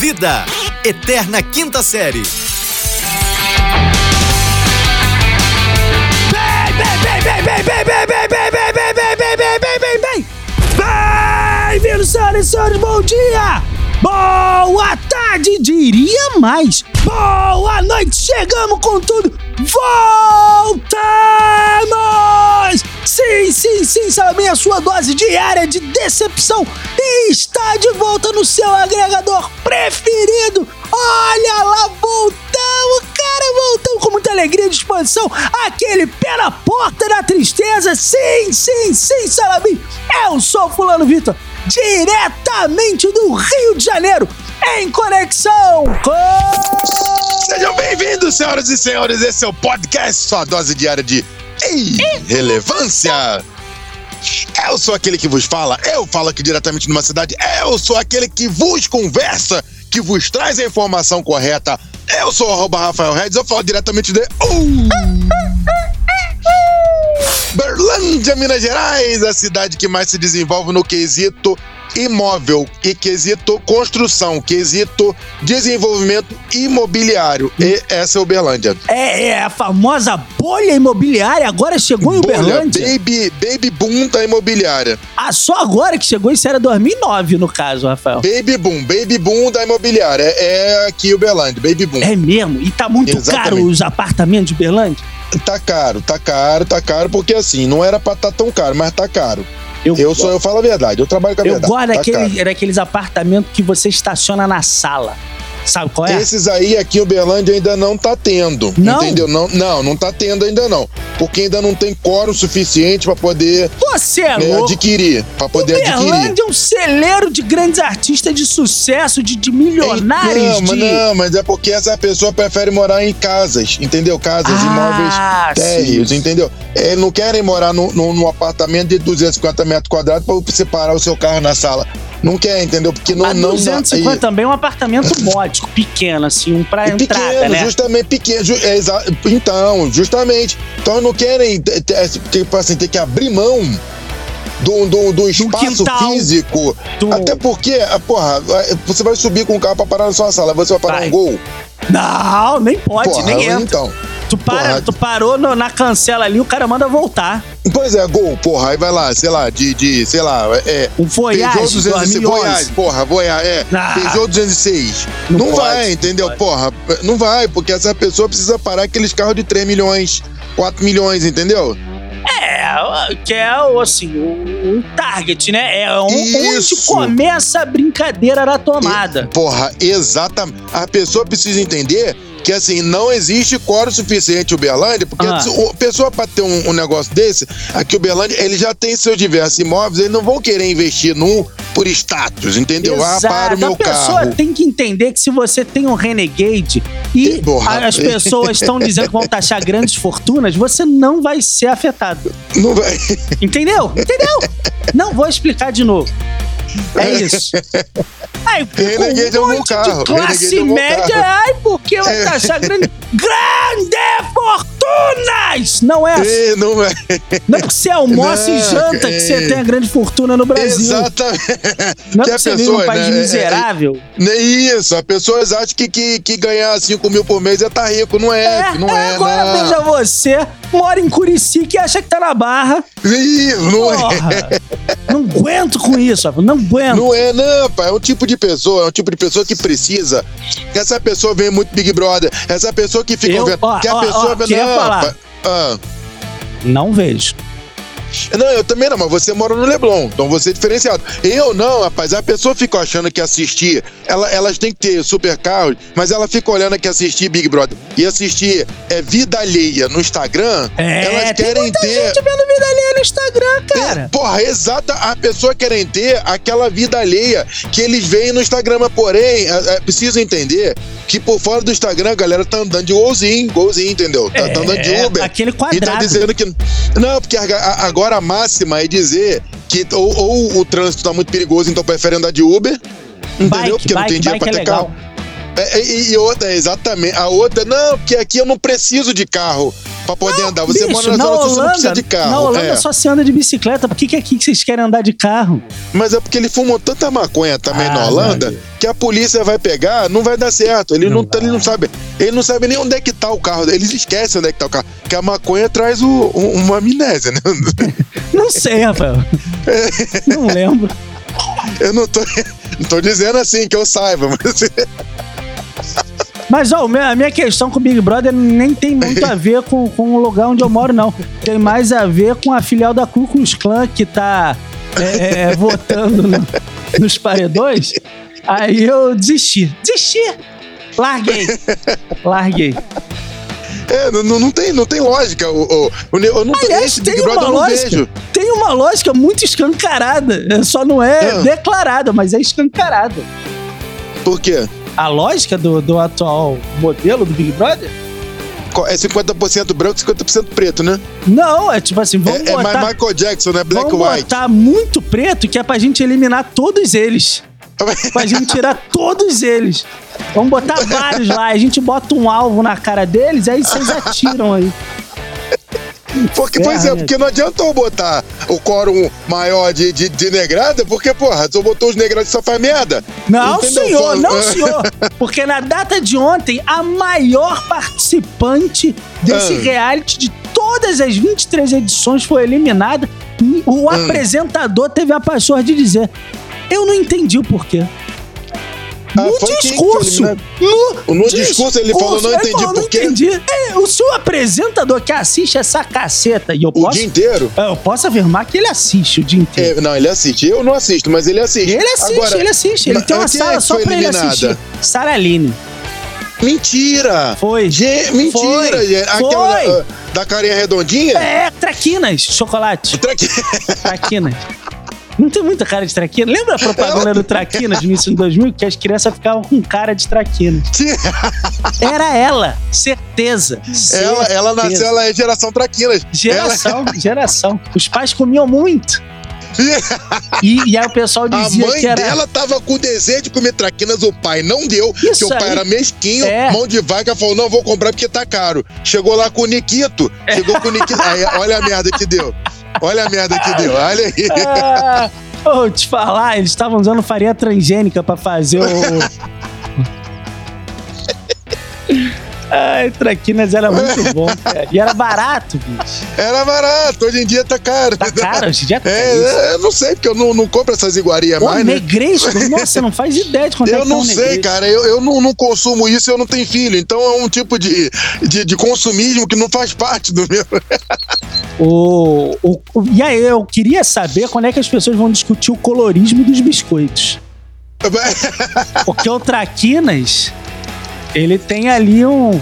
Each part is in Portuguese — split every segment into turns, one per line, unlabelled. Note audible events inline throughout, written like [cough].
Vida, Eterna Quinta Série.
Bem-vindos, senhoras e senhores, bom dia! Boa tarde, diria mais! Boa noite, chegamos com tudo! Voltamos! Sim, sim, sim, Salame, a sua dose diária de decepção está de volta no seu agregador preferido! Olha lá, voltamos, cara, voltamos com muita alegria de expansão, aquele pé na porta da tristeza, sim, sim, sim, Salame, eu sou Fulano Vitor, diretamente do Rio de Janeiro, em conexão com...
Sejam bem-vindos, senhoras e senhores. Esse é o podcast, sua dose diária de irrelevância. Eu sou aquele que vos fala, eu falo aqui diretamente de uma cidade, eu sou aquele que vos conversa, que vos traz a informação correta. Eu sou o arroba Rafael Redes, eu falo diretamente de. Uh! Berlândia, Minas Gerais, a cidade que mais se desenvolve no quesito imóvel e quesito construção, quesito desenvolvimento imobiliário. E essa é Uberlândia.
É, é, a famosa bolha imobiliária agora chegou em
Bolha,
Uberlândia.
baby, baby boom da imobiliária.
Ah, só agora que chegou, isso era 2009 no caso, Rafael.
Baby boom, baby boom da imobiliária. É, é aqui Uberlândia, baby boom.
É mesmo? E tá muito
Exatamente.
caro os apartamentos de Uberlândia?
Tá caro, tá caro, tá caro, porque assim, não era pra tá tão caro, mas tá caro. Eu sou, eu falo a verdade, eu trabalho com a
eu
verdade.
gosto
tá caro.
daquele, daqueles apartamentos que você estaciona na sala. Sabe qual é?
Esses aí aqui em Uberlândia ainda não tá tendo.
Não?
Entendeu? Não, não, não tá tendo ainda não. Porque ainda não tem quórum suficiente pra poder
Você é
né,
louco!
adquirir. Pra poder adquirir.
Uberlândia é um celeiro de grandes artistas de sucesso, de, de milionários,
Não, mas
de...
não, mas é porque essa pessoa prefere morar em casas, entendeu? Casas, imóveis
Ah,
térreos,
sim.
entendeu? Eles não querem morar num, num- num apartamento de 250 metros quadrados pra você parar o seu carro na sala. Não quer, entendeu? Porque não.
A
não
250
aí-
também é um apartamento módico, pequeno, assim, um pra
é
entrada,
pequeno,
né?
justamente pequeno. ju- é exa- então, justamente. Então não querem te- te- tipo assim, ter que abrir mão do, do, do espaço
quintal,
físico.
do-
Até porque, ah, porra, você vai subir com o carro pra parar na sua sala, você vai parar
Vai.
um gol.
Não, nem pode,
porra,
nem entra.
então.
Tu, para,
porra.
tu parou no- na cancela ali, o cara manda voltar.
Pois é, gol, porra, aí vai lá, sei lá, de, de sei lá, é.
Um Voyage
Peugeot 206,
2011.
Voyage, porra, Voyage, é.
Ah.
Peugeot 206.
Não
Não,
pode,
vai,
não
entendeu?
pode.
Porra, não vai, porque essa pessoa precisa parar aqueles carros de 3 milhões, 4 milhões, entendeu?
É, que é assim, o, o target, né? É o- onde
Isso.
começa a brincadeira da tomada.
Porra, exatamente. A pessoa precisa entender que, assim, não existe quórum suficiente em Uberlândia, porque
Ah.
a pessoa para ter um, um negócio desse, aqui em Uberlândia, ele já tem seus diversos imóveis, eles não vão querer investir num por status, entendeu? Ah, para
a
o meu
pessoa
carro.
tem que entender que se você tem um Renegade e
Que borra.
a- as pessoas estão dizendo que vão taxar grandes fortunas, você não vai ser afetado. [laughs]
Não vai.
Entendeu? Entendeu? Não vou explicar de novo. É isso. Ai, com
Renegade é um bom
monte De
carro.
classe
Renegade é um bom
média, ai, porque
É.
vai taxar grande. Grande fortunas! Não é assim.
É, [laughs] Não vai.
Não é porque você almoça e
Não,
janta que você
é.
tem a grande fortuna no Brasil.
Exatamente.
Tá Não é
Que
porque
a
você vive num
pessoa,
país
né, é- é-
miserável.
Não é Isso, as pessoas acham que, que, que ganhar 5 mil por mês é tá rico. Não é,
É,
não
é,
é.
agora
não.
veja você, mora em Curicica e acha que tá na barra.
Ih, não é.
Porra! não aguento com isso, Rafa, não aguento.
Não é, não, pai. É um tipo de pessoa, é um tipo de pessoa que precisa. Essa pessoa vê muito Big Brother. Essa pessoa que fica
Eu-
vendo.
ó,
que a
ó, ó,
pessoa vê.
queria
Não,
falar.
pai. Ah.
Não vejo.
Não, eu também não, mas você mora no Leblon, então você é diferenciado. Eu não, rapaz, a pessoa fica achando que assistir, ela- elas têm que ter super carros, mas ela fica olhando que assistir Big Brother e assistir é vida alheia no Instagram,
É,
elas
tem
querem
muita
ter.
gente vendo vida alheia no Instagram, cara.
Porra, exata, a pessoa querem ter aquela vida alheia que eles veem no Instagram, mas porém, é, é, preciso entender que por fora do Instagram a galera tá andando de golzinho, golzinho, entendeu? Tá, tá andando de
É,
Uber.
Aquele
E tá
quadrado.
dizendo que. Não, porque a- a- agora a máxima é dizer que ou, ou o trânsito tá muito perigoso, então prefere andar de Uber. Entendeu?
bike,
porque não tem
bike, bike
dinheiro pra
é
ter
legal.
carro. É, é, e, e outra, é exatamente. A outra, não, porque aqui eu não preciso de carro. pra poder andar. Você
Bicho,
mora na zona sul, você não precisa de carro.
Na Holanda
é.
só se anda de bicicleta. Por que, que é aqui que vocês querem andar de carro?
Mas é porque ele fumou tanta maconha também
Ah,
na Holanda
Zague.
que a polícia vai pegar, não vai dar certo. Ele não,
Não
tá- ele não sabe. Ele não sabe nem onde é que tá o carro. Eles esquecem onde é que tá o carro. Porque a maconha traz o- um- uma amnésia, né? [laughs]
Não sei, Rafael. não lembro.
Eu não tô, não tô dizendo assim que eu saiba, mas [laughs]
Mas ó, o meu- a minha questão com o Big Brother nem tem muito a ver com, com o lugar onde eu moro, não. Tem mais a ver com a filial da Ku Klux Klan que tá é, é, votando no- nos paredões. Aí eu desisti. Desisti! Larguei. Larguei.
é, não, não- não tem, não tem lógica. O, o- o ne- eu não tô,
Aliás,
esse
tem
Big Brother
uma
eu não
lógica.
vejo.
Tem uma lógica muito escancarada. É, Só não é
Ah.
declarada, mas é escancarada.
Por quê?
A lógica do, do atual modelo do Big Brother?
Co- É 50% branco e 50% preto, né?
Não, é tipo assim, vamos
É, é mais
botar...
Michael Jackson, né? Black
Vamos
White.
botar muito preto que é pra gente eliminar todos eles.
[laughs]
Pra gente tirar todos eles. Vamos botar vários lá. A gente bota um alvo na cara deles, aí vocês atiram aí.
Porque, pois é,
Ferra,
porque não adiantou botar o quórum maior de, de, de negrada, porque, porra, só botou os negrados só faz merda.
Não,
Entendeu?
senhor,
Só- [laughs]
não, senhor. Porque na data de ontem, a maior participante desse
Ah.
reality de todas as 23 edições foi eliminada. E
Ah.
o apresentador teve a paixão de dizer: Eu não entendi o porquê.
Ah,
no
foi quem que
discurso,
foi eliminado?
no,
No discurso ele falou, "Não entendi por quê."
entendi. É, o seu apresentador que assiste essa caceta, e eu
O
posso, É,
dia inteiro.
eu posso afirmar que ele assiste o dia inteiro.
É, não, ele assiste. Eu não assisto, mas ele assiste.
Ele assiste,
Agora,
ele assiste. Ele
na-
tem uma
quem
sala
é que
só
foi
pra ele
eliminada?
assistir. Sara Aline.
Mentira!
Foi.
Ge- mentira,
Foi.
gente. Aquela
Foi.
da, da carinha redondinha?
É, traquinas, chocolate.
Tra- [laughs] que-
Traquinas. Não tem muita cara de traquinas. Lembra a propaganda do traquinas no início de 2000? Que as crianças ficavam com cara de traquinas. Era ela, certeza.
Ela, ela
É, certeza.
nasceu, ela é geração traquinas.
Geração, geração. Os pais comiam muito.
Ela-
E, e aí o pessoal
a
dizia
mãe
que era.
dela tava com o desejo de comer traquinas, o pai não deu,
Isso
que o pai
aí.
era mesquinho,
É.
mão de vaca, falou, não, vou comprar porque tá caro. Chegou lá com o Nikito, chegou com o Nikito, aí, olha a merda que deu. Olha a merda que deu, olha aí.
Ah, vou te falar, eles estavam usando farinha transgênica pra fazer o.
[laughs]
Ai, Traquinas era muito bom, cara. E era barato, bicho.
Era barato, hoje em dia tá caro.
Tá caro, hoje em dia tá isso.
É, eu não sei, porque eu não, não compro essas iguarias
Ô,
mais, né?
negresco, nossa, você não faz ideia de quanto é
Eu
que tá
não
um
sei,
negresco.
cara. Eu, eu não, não consumo isso, eu não tenho filho. Então é um tipo de, de, de consumismo que não faz parte do meu.
O, o- o- e aí, eu queria saber quando é que as pessoas vão discutir o colorismo dos biscoitos. Porque o Traquinas, ele tem ali um, um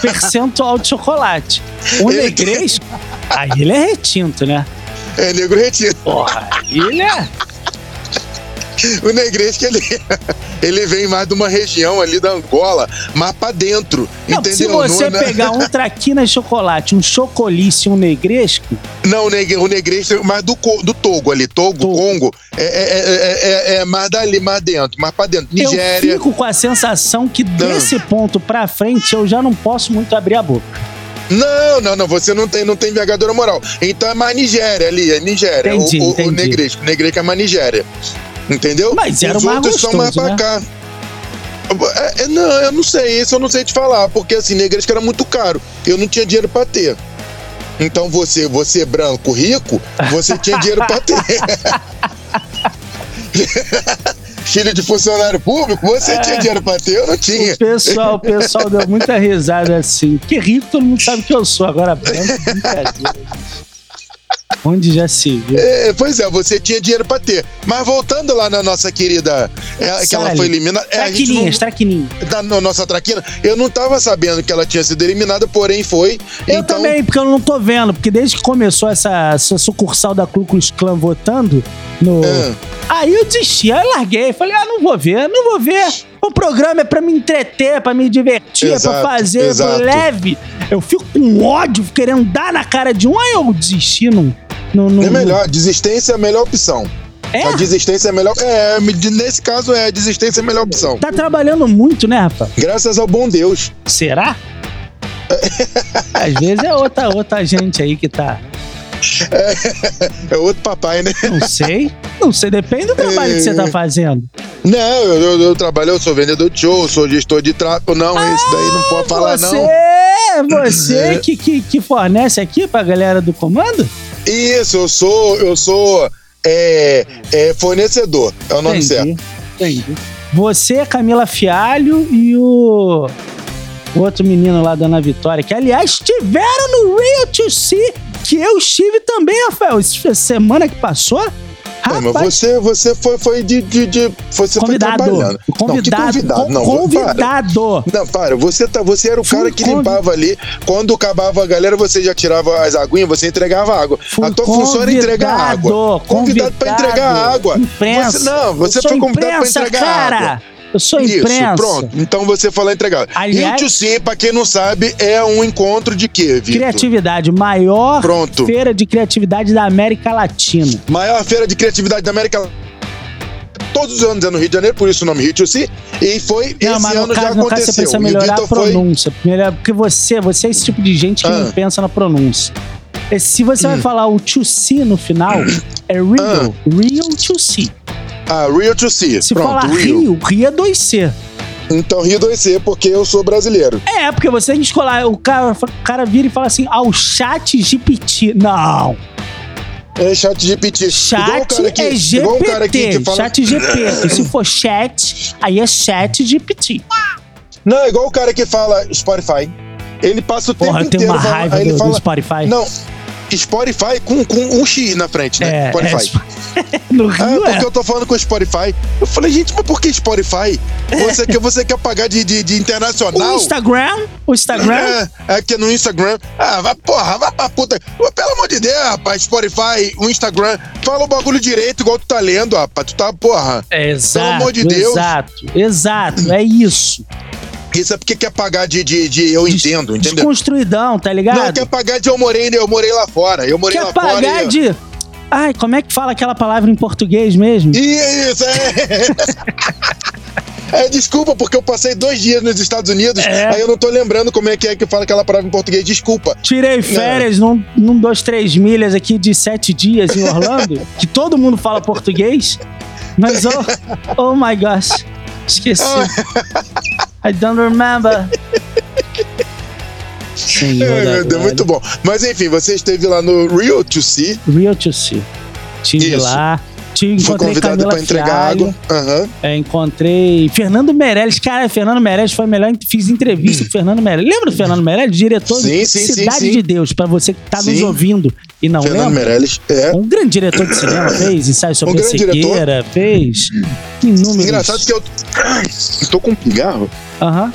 percentual de chocolate. O
É. Ele-
negresco, aí ele é retinto, né?
É negro retido.
Porra, ele é.
O negresco, ele, ele vem mais de uma região ali da Angola, mas pra dentro.
Não,
entendeu?
se você
não, né? é-
pegar um Traquinas chocolate, um chocolice e um negresco,
Não, o negre- o negresco é mais do, co- do Togo ali. Togo,
Togo.
Congo. É, é, é- é- é mais dali, mais dentro, mais pra dentro.
eu
Nigéria.
fico com a sensação que desse ponto pra frente eu já não posso muito abrir a boca.
Não, não, não. Você não tem, não tem vingadora moral. Então é mais Nigéria ali, é Nigéria.
Entendi,
o, o,
entendi.
o negresco. O negresco é mais Nigéria. Entendeu?
Mas era né?
Os
o mais
outros são mais
gostoso,
pra cá. É, é, não, eu não sei, isso eu não sei te falar, porque assim, negresco era muito caro. Eu não tinha dinheiro pra ter. Então você, você branco rico, você tinha dinheiro pra
[laughs]
ter. [laughs] Filho de funcionário público, você
É.
tinha dinheiro pra ter, eu não tinha.
O pessoal, o pessoal deu muita risada assim. Que rico, todo mundo sabe que eu sou. Agora branco, brincadeira. Onde já se viu?
É, pois é, você tinha dinheiro pra ter. Mas voltando lá na nossa querida, é, que ela
Sally.
foi eliminada. É, a gente não-
Traquininhas, traquininhas.
da no- nossa traquina, eu não tava sabendo que ela tinha sido eliminada, porém foi.
Eu
então,
também, porque eu não tô vendo. Porque desde que começou essa, essa sucursal da Ku Klux Klan votando no...
Ah.
Aí eu desisti, aí eu larguei. Falei, ah, não vou ver, não vou ver. O programa é pra me entreter, pra me divertir, pra
Exato,
fazer é
exato.
leve. Eu fico com ódio, querendo dar na cara de um. Aí eu desisti, não... não, não
É melhor, desistência é a melhor opção.
Uhum. É?
A desistência é a melhor. É, me- de- nesse caso é, a desistência é a melhor opção.
Tá trabalhando muito, né, Rafa?
[laughs] Graças ao bom Deus.
Será? Às vezes é outra, outra gente aí que tá.
É outro papai, né?
Não sei. Não sei, depende do trabalho que você
É.
tá fazendo.
Não, eu, eu, eu trabalho, eu sou vendedor de show, sou gestor de tráfego. Não, esse daí não pode falar,
você,
não. É.
Você que, que, que fornece aqui pra galera do comando?
Isso, eu sou, eu sou é, é, fornecedor, é o nome certo.
Entendi. Você, Camila Fialho e o. o outro menino lá da Ana Vitória, que aliás estiveram no Real to See, que eu estive também, Rafael, essa semana que passou.
Não,
Rapaz,
mas você, você foi, foi de, de, de- Você
convidado,
foi trabalhando.
convidado,
não, que convidado. Não,
con-
Para.
convidado.
Não, para, você, tá, você era o
Fui
cara que
convi-
limpava ali. Quando acabava a galera, você já tirava as aguinhas, você entregava água.
Fui
a tua função era entregar
convidado,
água. Convidado pra
convidado.
entregar água.
Imprensa.
Você, não, você
Eu sou
foi convidado
imprensa,
pra entregar
cara.
água.
Eu sou imprensa.
Isso, pronto. Então você falou entregar.
Aliás-
Aliás, Rio to See, pra quem não sabe, é um encontro de quê, Vitor?
Criatividade, maior
Pronto.
feira de criatividade da América Latina.
Maior feira de criatividade da América Latina. Todos os anos é no Rio de Janeiro, por isso o nome Rio to See. E foi, esse ano já
no caso você
aconteceu.
precisa
E o
melhorar a
Vitor foi.
pronúncia. Melhor, porque você, você é esse tipo de gente que
Ah. Hum.
não pensa na pronúncia. E Se você vai falar o to see no final, é real. Real to see.
Ah, Rio to See.
Se
Ah. Pronto,
falar
Rio.
Rio, Rio é 2C.
Então Rio 2C, porque eu sou brasileiro.
É, porque você tem que escolar. O cara, o cara vira e fala assim, ao chat GPT. Não.
É chat GPT. Igual o
Chat
cara que,
é
Igual o cara aqui
GPT.
que fala...
Chat
[laughs]
GPT. Se for chat, aí é chat GPT.
Não, é igual o cara que fala Spotify. Ele passa o tempo
Porra, eu tenho
inteiro
uma
falando-
raiva
aí
do,
ele
do
fala,
Spotify.
Não, Spotify com, com um X na frente, né?
É,
Spotify.
é, [laughs] no
Ah,
Rio é.
porque eu tô falando com o Spotify. Eu falei, gente, mas por que Spotify? Você, que, você quer pagar de, de, de
É. O
internacional?
Instagram, o
[laughs]
Instagram,
É, é que no Instagram. Ah, vai, porra, vai pra puta. Pelo amor de Deus, rapaz, Spotify, o Instagram. Fala o bagulho direito, igual tu tá lendo, rapaz. Tu tá, porra.
é, exato,
amor de Deus.
exato, exato, é isso.
Isso é porque quer pagar de. de, de- eu
Des-
entendo, entendeu?
Desconstruidão, tá
Não,
ligado?
quer pagar de eu morei, eu morei lá fora. Eu morei
Quer
lá fora.
pagar
e-
de... Ai, como é que fala aquela palavra em português mesmo?
E isso, é. É, desculpa, porque eu passei dois dias nos Estados Unidos,
É.
aí eu não tô lembrando como é que é que fala aquela palavra em português, desculpa.
Tirei férias num, num, dois, três milhas aqui de sete dias em
[laughs]
Orlando, que todo mundo fala português, mas oh, oh my gosh,
[laughs]
esqueci. I don't remember. Senhor da
É, meu Deus,
glória.
muito bom. Mas enfim, você esteve lá no Real to See,
Real to See. Tive
Isso.
lá. Te
foi
encontrei
convidado
Camila
pra entregar
Fialho,
água. Aham.
é, encontrei Fernando Meirelles. Cara, Fernando Meirelles foi o melhor. Fiz entrevista com o Fernando Meirelles. Lembra do Fernando Meirelles? Diretor
Sim,
de
sim, sim,
Cidade
sim.
de Deus. Pra você que tá nos
Sim.
ouvindo e não
Fernando
lembra.
Meirelles. É.
Um grande diretor de cinema fez ensaio sobre
Um
a
grande diretor.
cegueira, fez inúmeros.
Engraçado que eu [coughs] tô com um pigarro.
Aham.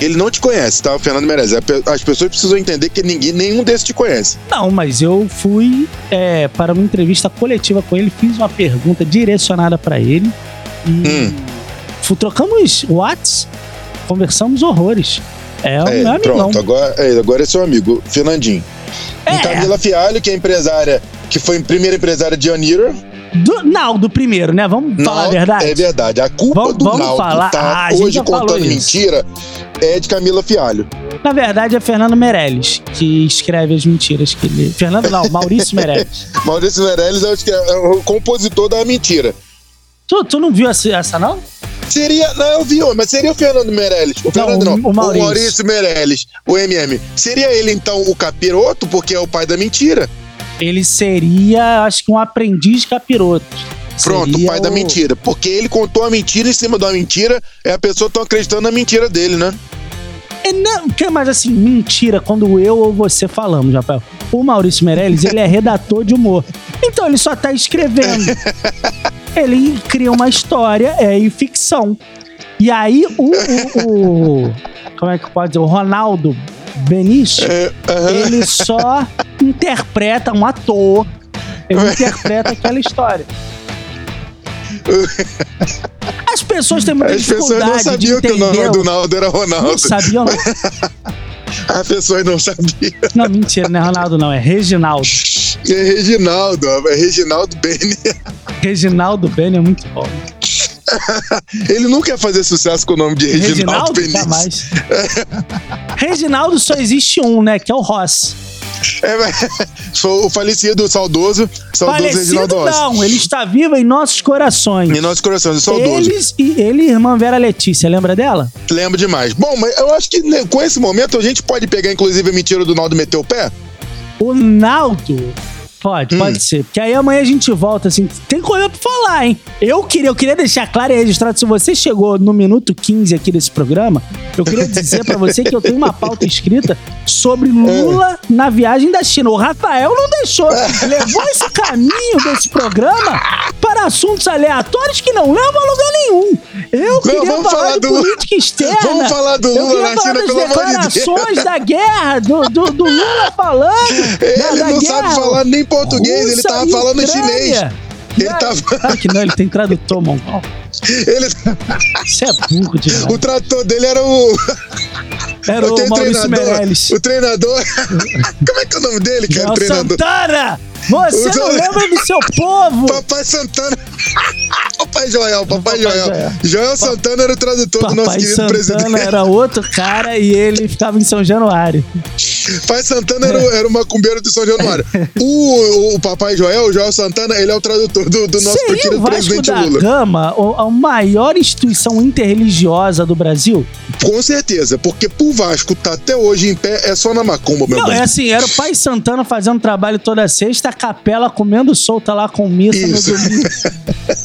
Ele não te conhece, tá? O Fernando Meirelles. É, pe- As pessoas precisam entender que ninguém, nenhum desses te conhece.
Não, mas eu fui é, para uma entrevista coletiva com ele, fiz uma pergunta direcionada para ele e
Hum.
fu- trocamos Whats, conversamos horrores. É o
É,
meu amigão.
pronto, tá agora é, agora é seu amigo, Fernandinho.
É.
E Camila Fialho, que é empresária, que foi primeira empresária de Anira.
Do, não, do primeiro, né? Vamos falar a verdade?
É verdade. A culpa
Vamos-
do
vamos
Naldo
falar. Ah,
tá
a gente
hoje
já falou
contando
isso.
mentira é de Camila Fialho.
Na verdade, é Fernando Meirelles que escreve as mentiras que ele. Fernando não, Maurício
[laughs]
Meirelles.
Maurício Meirelles é o, que- é o compositor da mentira.
Tu, tu não viu essa, essa não?
Seria, não, eu vi, mas seria o Fernando Meirelles. O Fernando
o-
não,
o Maurício.
Meirelles, o MM. Seria ele então o capiroto, porque é o pai da mentira?
Ele seria, acho que, um aprendiz capiroto.
Pronto, o
Seria
pai da mentira. Porque ele contou a mentira em cima da mentira, é a pessoa tão acreditando na mentira dele, né?
É, não, que- mas assim, mentira, quando eu ou você falamos, Rafael. O Maurício Meirelles, ele é redator de humor. Então ele só tá
[laughs]
escrevendo. Ele cria uma história é, e ficção. E aí o, o- o- Como é que pode dizer? O Ronaldo Benício,
É, aham.
ele só interpreta um ator. Ele interpreta aquela história. As pessoas têm muita
As pessoas
dificuldade
não
de
sabiam que
entender.
o nome do Naldo era Ronaldo.
Não sabiam, não.
As pessoas não sabiam.
Não, mentira, não é Ronaldo, não. É Reginaldo.
É Reginaldo, é Reginaldo Bene.
Reginaldo Bene é muito bom.
Ele nunca ia fazer sucesso com o nome de
Reginaldo?
Reginaldo, Reginaldo Benício.
Jamais. Reginaldo só existe um, né? Que é o Ross.
É, [laughs] sou o falecido, saudoso, saudoso
Falecido
Reginaldo Rossi.
não, ele está vivo em nossos corações.
Em nossos corações, saudoso.
Eles e ele e irmã Vera Letícia, lembra dela?
Lembro demais. Bom, mas eu acho que né, com esse momento a gente pode pegar, inclusive, a mentira do Naldo meter o pé.
O Naldo. Pode,
Hum.
pode ser. Porque aí amanhã a gente volta, assim. Tem coisa pra falar, hein? Eu queria, eu queria deixar claro e registrado. Se você chegou no minuto 15 aqui desse programa, eu queria dizer pra você que eu tenho uma pauta escrita
[laughs] É.
sobre Lula na viagem da China. O Rafael não deixou. Levou esse caminho desse programa para assuntos aleatórios que não levam a lugar nenhum. Eu queria
vamos
falar,
falar
de
do-
política externa.
[laughs] Vamos falar do
Eu queria
Lula na
falar
China,
das
pelo amor de Deus.
declarações da guerra, do, do, do Lula falando. da,
Ele
da
não
guerra,
sabe falar nem português, ele
Rússia
tava
e
falando
Ucrânia.
chinês. Ele
Não,
tava-
Claro Ah, que não, ele tem tradutor mongol.
Ele,
Isso é burro demais.
o trator dele era o.
Era
eu
o
tenho
Maurício Meirelles.
O treinador. [laughs] Como é que é o nome dele, cara?
Joel
O treinador.
Santana! Você
O
não
Joel-
lembra do seu povo!
Papai Santana. [laughs] Papai Joel, Papai,
Papai
Joel.
Joel.
Joel, Santana era o tradutor do nosso
Papai
querido
Santana
presidente.
era outro cara e ele ficava em São Januário.
[laughs] Papai Santana era, o- era o macumbeiro de
[laughs]
São Januário. O, o Papai Joel, o Joel Santana, ele é o tradutor do, do nosso
Seria o
querido
Vasco
presidente
da
Lula.
Gama o- a maior instituição interreligiosa do Brasil?
Com certeza, porque pro Vasco tá até hoje em pé, é só na macumba, meu
Não,
bem.
é assim, era o Pai Santana fazendo trabalho toda sexta, a capela comendo solta lá com missa
Isso.
no domingo.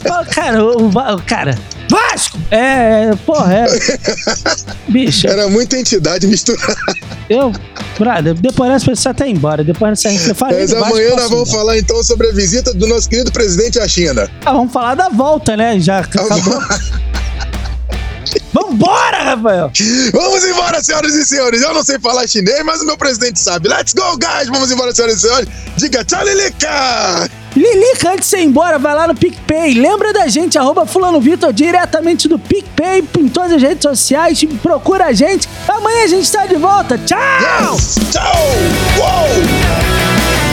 Fala, cara, o, o Va- cara, Vasco! É, é, porra, é. Bicho,
Era muita entidade misturada.
eu, brother, depois nós precisamos até ir embora, depois nós saímos. Eu falei
Mas
do Vasco, é assim, né?
amanhã nós
posso
vamos
ir embora.
falar então sobre a visita do nosso querido presidente à China.
Ah, vamos falar da volta, né? Já acabou. Vambora, Rafael!
Vamos embora, senhoras e senhores. Eu não sei falar chinês, mas o meu presidente sabe. Let's go, guys! Vamos embora, senhoras e senhores. Diga tchau, Lilica!
Lilica, antes de você ir embora, vai lá no PicPay. Lembra da gente, arroba Fulano Vitor, diretamente do PicPay, em todas as redes sociais. Procura a gente. Amanhã a gente tá de volta. Tchau!
Yes! Tchau! Uou!